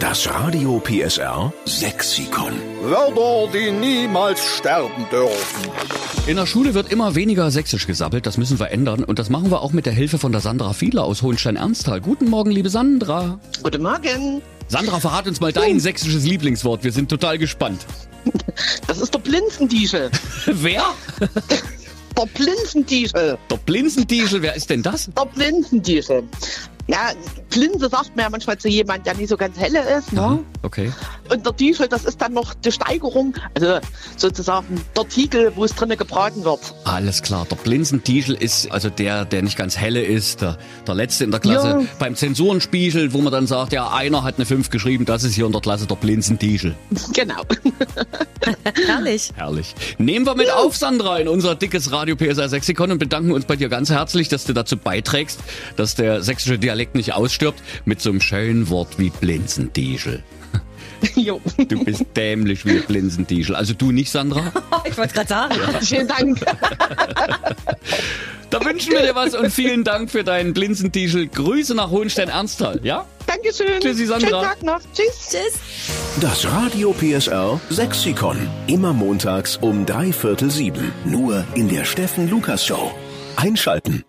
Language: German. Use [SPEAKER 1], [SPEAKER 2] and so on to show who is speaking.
[SPEAKER 1] Das Radio PSR Sexikon.
[SPEAKER 2] Wörter, die niemals sterben dürfen.
[SPEAKER 3] In der Schule wird immer weniger sächsisch gesabbelt, das müssen wir ändern und das machen wir auch mit der Hilfe von der Sandra Fiedler aus Hohenstein-Ernsthal. Guten Morgen, liebe Sandra.
[SPEAKER 4] Guten Morgen.
[SPEAKER 3] Sandra, verrat uns mal dein sächsisches Lieblingswort, wir sind total gespannt.
[SPEAKER 4] Das ist der Blinzendiesel.
[SPEAKER 3] Wer?
[SPEAKER 4] Der Blinzendiesel.
[SPEAKER 3] Der Blinzendiesel, wer ist denn das?
[SPEAKER 4] Der Blinzendiesel. Ja, Blinze sagt man ja manchmal zu jemandem, der nicht so ganz helle ist. Ne?
[SPEAKER 3] Okay.
[SPEAKER 4] Und der Diesel, das ist dann noch die Steigerung, also sozusagen der Tiegel, wo es drinnen gebraten wird.
[SPEAKER 3] Alles klar, der Blinzendiesel ist also der, der nicht ganz helle ist, der, der Letzte in der Klasse.
[SPEAKER 4] Ja.
[SPEAKER 3] Beim Zensurenspiegel, wo man dann sagt, ja, einer hat eine 5 geschrieben, das ist hier in der Klasse der Blinzendiesel.
[SPEAKER 4] Genau.
[SPEAKER 5] Herrlich.
[SPEAKER 3] Herrlich. Nehmen wir mit auf, Sandra, in unser dickes Radio PSR Sexikon und bedanken uns bei dir ganz herzlich, dass du dazu beiträgst, dass der sächsische Dialekt nicht ausstirbt mit so einem schönen Wort wie Blinzendiesel.
[SPEAKER 4] jo.
[SPEAKER 3] Du bist dämlich wie Blinzendiesel. Also du nicht, Sandra?
[SPEAKER 5] Ich wollte gerade sagen.
[SPEAKER 4] Vielen Dank.
[SPEAKER 3] Da wünschen wir dir was und vielen Dank für deinen Blinzendiesel. Grüße nach Hohenstein-Ernsthal, ja?
[SPEAKER 4] Dankeschön.
[SPEAKER 3] Tschüssi, Sandra.
[SPEAKER 4] Schönen Tag noch. Tschüss.
[SPEAKER 5] Tschüss.
[SPEAKER 1] Das Radio PSR Sexikon. Immer montags um drei Viertel sieben. Nur in der Steffen Lukas Show. Einschalten.